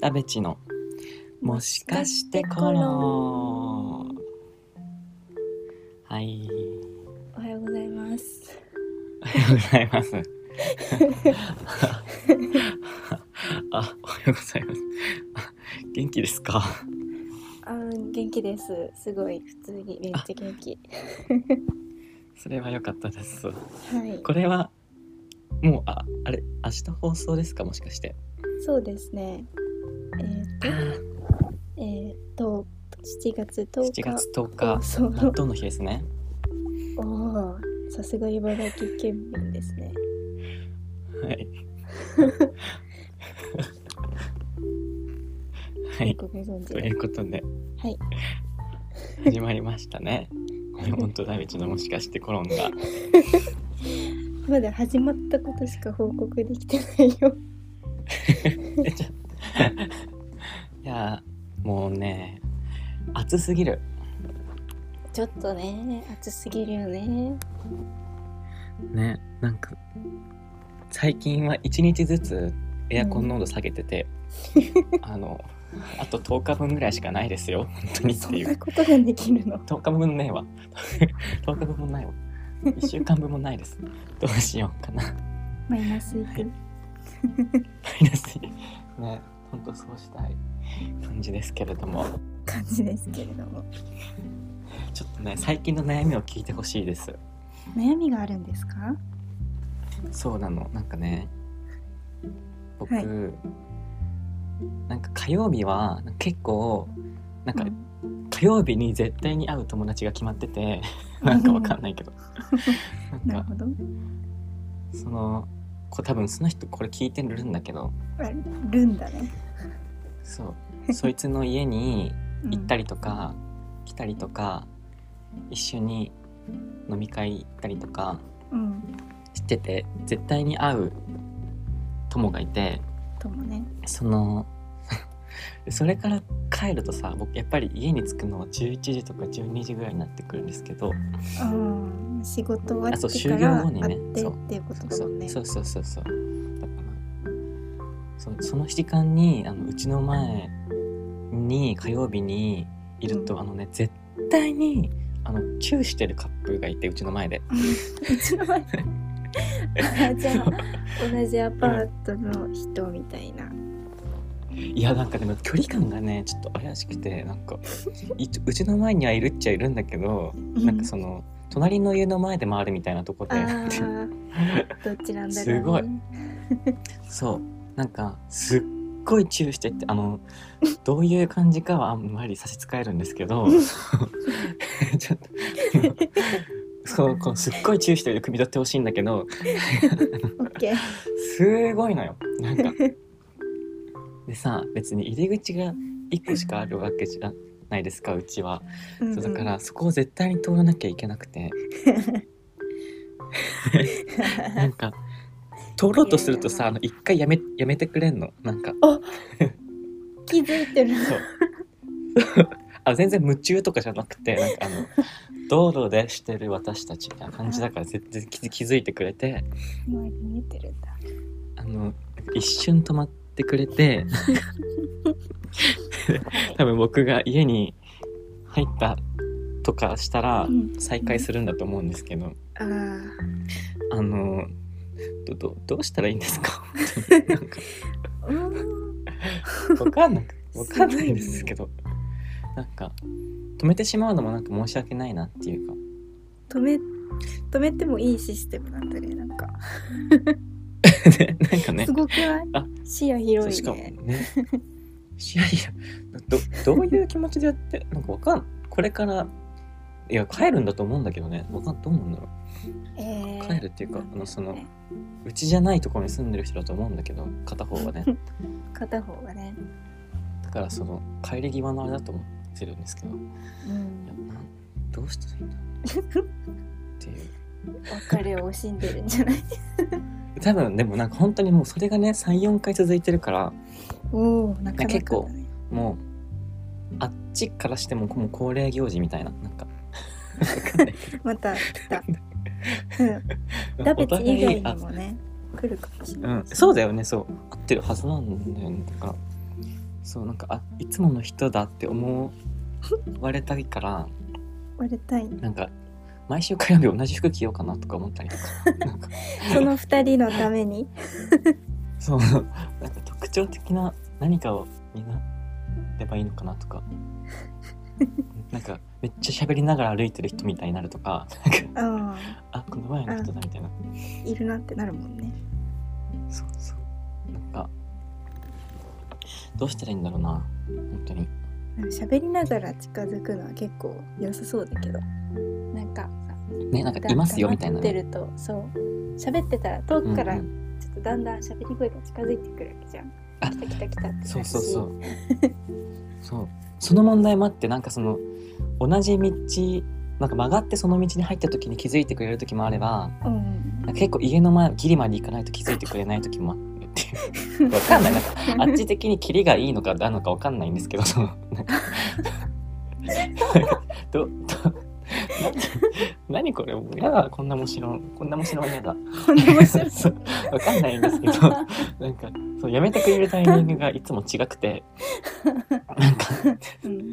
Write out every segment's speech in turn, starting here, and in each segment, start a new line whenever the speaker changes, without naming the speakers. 田部地のもしかしてコロはい
おはようございます。
おはようございます あおはようございますあ元気ですか
あー、元気です。すごい普通にめっちゃ元気。
それは良かったです
はい。
これはもうああれ明日放送ですかもしかして
そうですね。えー、っ
あ
と、え
ー
ー、っと、7月10
7
日。
月10
放
日
送
納
の。
豆の日ですね
おおー、さすが茨城県民ですね。
はい。はい。
ごめんご存知
と
で
いうことで、
はい
始まりましたね。これ本当だ、うちのもしかしてコロンが。
まだ始まったことしか報告できてないよ。
えちょいや、もうね、暑すぎる。
ちょっとね、暑すぎるよね。
ね、なんか、最近は1日ずつエアコンの温度下げてて、あの、あと10日分ぐらいしかないですよ、本当にっ
そ
て
ん
いう
な。ことができるの。
10日分ねえわ 10日分もないわ1週間分もないですどうしようかな
マ
マ
イナスい
はい
く。
イナスねほんとそうしたい感じですけれども
感じですけれども。
ちょっとね最近の悩みを聞いてほしいです
悩みがあるんですか。
そうなのなんかね僕、
はい
なんか火曜日は結構なんか
うん
火曜日に絶対に会う友達が決まっててなんかわかんない けど
なる
なんか
ほど。
そのこう多分その人これ聞いてるんだけど
あるんだね。
そうそいつの家に
うん
行ったりとか、来たりとか一緒に飲み会行ったりとか
うん。
してて絶対に会う友がいて
ともね。
その それから帰るとさ僕やっぱり家に着くのは11時とか12時ぐらいになってくるんですけど
うん。仕事終わ
あそう
って
終
か
業
ら
後にね
会って
そう
っていうことだ
そ
もん
う
ね。
そうそうそうそうだからそうその時間にあのうちの前に火曜日にいると、
うん
あのね絶対にあのチューしてるカップルがいてうちの前で
うちの前。あじゃあ同じアパートの人みたいな。
いやなんかでも距離感がねちょっと怪しくてなんかいう ちの前にはいるっちゃいるんだけど、なんかその隣の家の前で回るみたいなとこ
あ
で
あー。どっちなんだろう、ね。
すごいそうなんかすっごいチューしてってあのどういう感じかはあんまり差し支えるんですけどちょっとあのそうこうすっごいチューしてる汲み取ってほしいんだけど
オッケー。
すごいのよなんかでさ別に入り口が1個しかあるわけじゃないですかうちは
うん
そうだか。らそこを絶対に通らなきゃいけなくてなんか通ろうとするとさあの一回やめやめてくれんのなんか
気づいてる。
そうあ全然夢中とかじゃなくてなんかあの道路でしてる私たちみたいな感じだから全然気づ気づいてくれて
周り見えてるんだ。
あの一瞬止まってくれ て多分僕が家に入ったとかしたら
うん
再会するんだと思うんですけど
ああ。
あのどどどうしたらいいんですかなんか
うん
わかんなくわかんないですけどなんか止めてしまうのもなんか申し訳ないなって いうか
止め止めてもいいシステムなんだねなんか。
ねなんかね
すごくない
あ
視野
そう
広
し
い
かも
ね。
ね いやいやどどういう気持ちでやってなんかわかんこれからいや帰るんだと思うんだけどねわかんどうなんだろ
えー
帰るっていうかあのその
ね
ううちじゃないところに住んでる人だと思うんだけど片方 はね
片方がね、
だからその帰り際のあれだと思ってるんですけどいや
うん、
なんどうしたらいいんだろうっていう
別れを惜しんでるんじゃない
多分でもなんか本当にもうそれがね34回続いてるから
おおなかなか、ね、
結構もうあっちからしてももう恒例行事みたいななんかわかんない
また来 た、うん、ダベツ以外にもね来るかもしれ
う
ない、
ん、そうだよねそう合ってるはずなんだよねだからそうなんかあいつもの人だって思われたいから
割れたい
なんか毎週火曜日同じ服着ようかなとか思ったりとかなんか
その二人のため に
そうなんか特徴的な何かをになればいいのかなとかなんかめっちゃ喋りながら歩いてる人みたいになるとかなんか
あ
あこの前の人だみたいな
あいるなってなるもんね
そうそうなんかどうしたらいいんだろうな本当に
なんか喋りながら近づくのは結構良さそうだけどなんか
ねなんかいますよみたいな、
黙って
ね、
るとそう喋ってたら遠
うんう
く
ん
からちょっとだんだん喋り声が近づいてくるわけじゃん、
あ
来た来た来たってなるし
そうそうそう そうその問題もあってなんかその同じ道なんか曲がってその道に入った時に気づいてくれる時もあれば
うん
なんか結構家の前ギリまで行かないと気づいてくれない時もあるっていうわか んないなんかあっち的にキリがいいのかなのかわかんないんですけどそのなんかどどな何これもうやだこんなもしろこんなもしろ嫌だ
こんな面白い
そうわかんないんですけどなんかそうやめてくれるタイミングがいつも違くてなんか
うん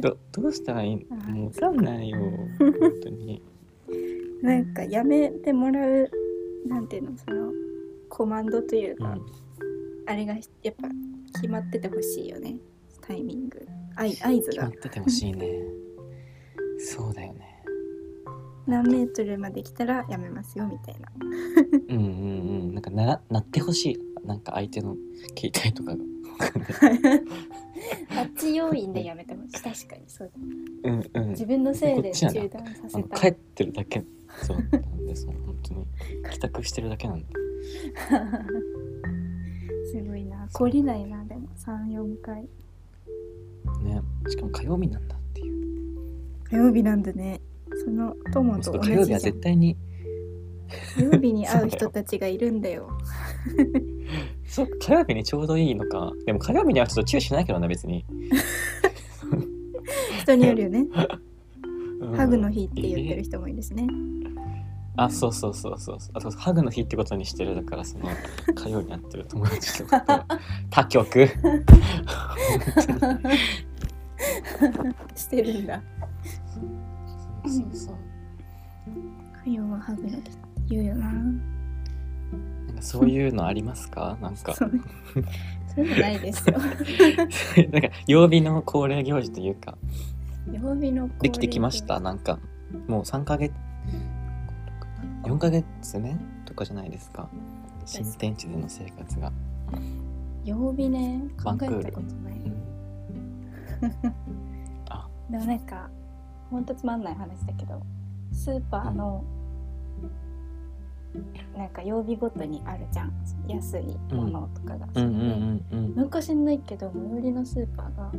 どどうしたらいい
あー
もうわかんないよ本当に
なんかやめてもらうなんていうのそのコマンドという
う
か、
ん
あれがひやっぱ決まっててほしいよねタイミングあい合図
決ま
が
っててほしいねそうだよね
何メートルまで来たらやめますよみたいな
うんうんうんなんかならなってほしいなんか相手の携帯とかが
あっち要因でやめてほしい確かにそうだ
うんうん
自分のせい
こ
で
っちや
中
な
断さ
あ
せ
の帰
た
ってるだけそうなんですもう本当に帰宅してるだけなんです
ごいな懲りないなでも34回
ねしかも火曜日なんだっていう
火曜日なんだねその友と
そう
同
火曜
じ
日
じゃ
は
ん
絶対に
火曜日に会う人たちがいるんだよ
そう火曜日にちょうどいいのかでも火曜日にはちょっと注意しないけどな別に、
人によるよね
うん
ハグの日って言ってる人もいる しね
あそうそうそうそうあとハグの日ってことにしてるだから その火曜日に会ってる友達のことは他局
してるんだ
そうそうそう
火曜はハグの日って言うよな
なんかそういうのありますかなんか
そうねそれもないですよ
なんか曜日の恒例行事というか
曜日の恒例
できてきましたなんかもう3ヶ月4ヶ月目とかじゃないですか新天地での生活が、
曜日ね考
バンク
え
ール
たことない
うん、
でもなんかほんとつまんない話だけどスーパーの、なんか曜日ごとにあるじゃん安いものとかが、
うんうんうん
なんか知んないけど最寄りのスーパーが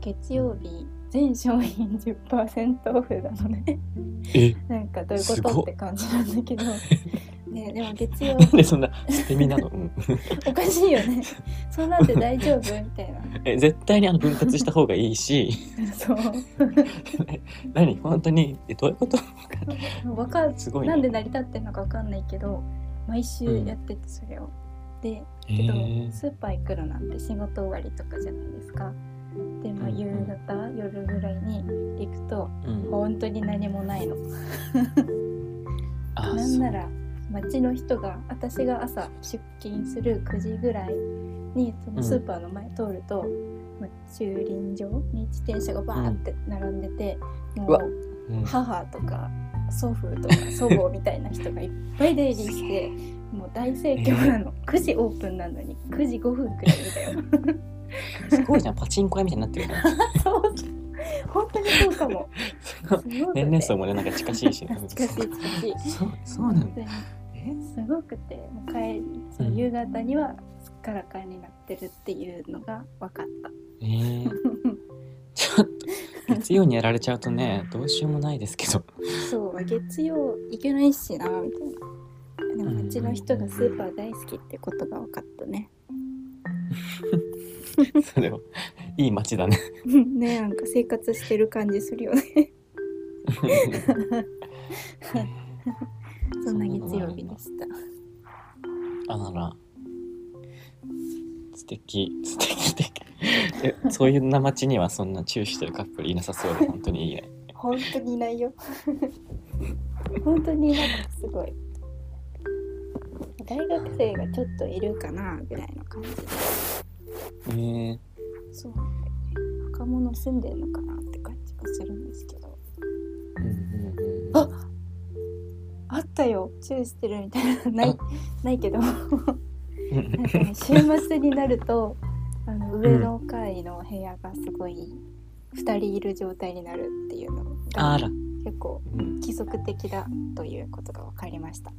月曜日全商品10%オフなのね
え
なんかどういう
す
こ
ご
と
っ
って感じなんだけどねでも月曜
なんでそんな捨て身なの、うん、
おかしいよ ねそうなんて大丈夫みたいな
え絶対にあの分割した方がいいし
そう
何本当にえどういうこと
わかん
すごいね
なんで成り立ってるのかわかんないけど毎週やっててそれを、で
え
けど
ー、
スーパー行くのなんて仕事終わりとかじゃないですかでまあ
うんうん
夕方、夜ぐらいに行くと
うん、
本当に何もないの
あ
なんなら街の人が私が朝出勤する9時ぐらいにそのスーパーの前通ると、まあ駐輪場に自転車がバーって並んでて、
う
も
わ
う
そう、うん、
母とか祖父とか祖母みたいな人がいっぱい出入り してもう大盛況なの、9時オープンなのに9時5分くらいみたいな
すごいじゃんパチンコ屋みたいになって るね
そう本当に そうかもすごくて
年齢層もねなんか近しいし、ね、
懐かしい懐かしい
そうそうなん
本当
だ
に
え
すごくてもう帰りその夕方にはすっからかんになってるっていうのが分か った
えー、ちょっと月曜にやられちゃうとねどうしようもないですけ ど
そう月曜行けないしなみたいなでもうちの人がスーパー大好きってことが分かった ね
それはいい街だね
ねなんか生活してる感じするよねそんな月曜日でした
あなら敵素敵素敵えそういうな街にはそんなチューしてるカップルいなさそうで本当にいいね
本当にいないよ 本当になんかすごい大学生がちょっといるかなぐらいの感じで
えー、
そうなんだよね若者住んでんのかなって感じがするんですけど
うんうんうん
ああったよチューしてるみたいなのないない けど
うん
なんかね、週末になるとあの上の階の部屋がすごい2人いる状態になるっていうのが
あら、
結構
うん、
規則的だということが分かりました。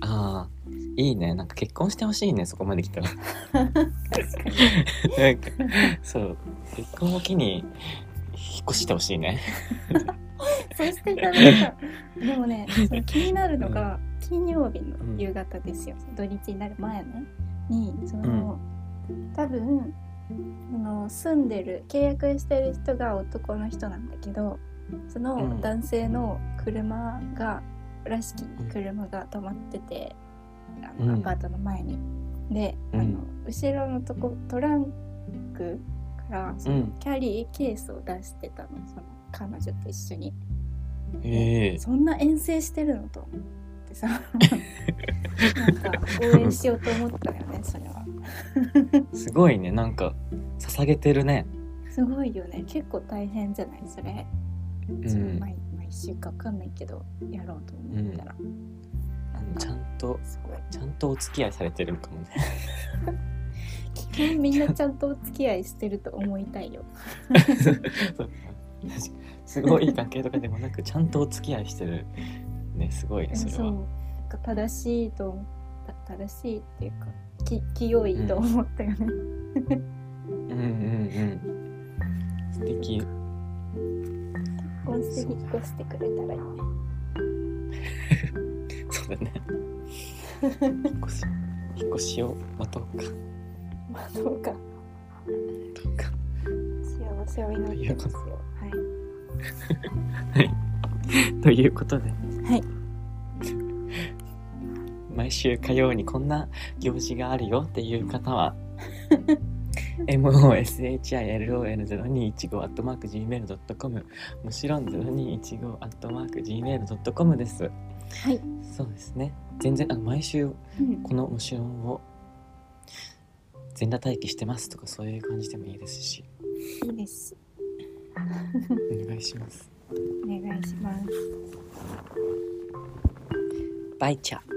あーいいねなんか結婚してほしいねそこまで来たら
確かに
なんかそう結婚を機に引っ越してほしいね
そしてダメだでも ねその気になるのが金曜日の夕方ですよ、土日になる前ねにその、多分その住んでる契約してる人が男の人なんだけどその男性の車が、らしき車が止まっててあの
うん
アパートの前に。で、あ
うん
の後ろのとこトランクからそうの
ん
キャリーケースを出してたのその彼女と一緒に。
ええ
そんな遠征してるのと思って さなんか応援しようと思ったよねそれは
すごいねなんか捧げてるね
すごいよね結構大変じゃないそれ、
うん
その毎毎週かわかんないけどやろうと思ったら、
あのちゃんと
すごい
ちゃんとお付き合いされてるかも ね
基本みんなちゃんとお付き合いしてると思いたいよ
そうすごい関係とかでもなくちゃんとお付き合いしてるねすごいね
で
そ
も
れ
そう
は
なんか正しいと思った正しいっていうかき清いと思ったよね、
うんうんうん素敵
こうして引っ越してくれたらいいね
そうだね 引っ越し引っ越しを待とうか
まあどうか
どうか
幸せを祈ってますよはい
ということで
はい
毎週火曜にこんな行事があるよっていう方は moshilon0215-gmail.com もちろん 0215-gmail.com です
はい、
そうですね全然あの毎週
うん
このもちろんを全裸待機してますとかそういう感じでもいいですし
いいです。
お願いします
お願いします。
バイチャー